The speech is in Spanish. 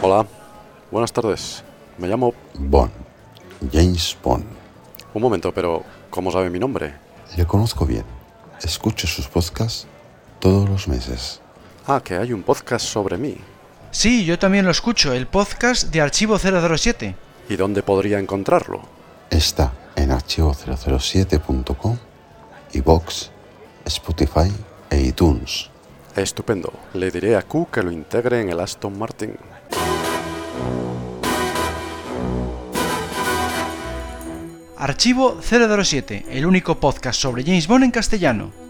Hola, buenas tardes. Me llamo... Bond. James Bond. Un momento, pero ¿cómo sabe mi nombre? Le conozco bien. Escucho sus podcasts todos los meses. Ah, que hay un podcast sobre mí. Sí, yo también lo escucho, el podcast de Archivo 007. ¿Y dónde podría encontrarlo? Está en archivo007.com, iBox, Spotify e iTunes. Estupendo. Le diré a Q que lo integre en el Aston Martin. Archivo 007, el único podcast sobre James Bond en castellano.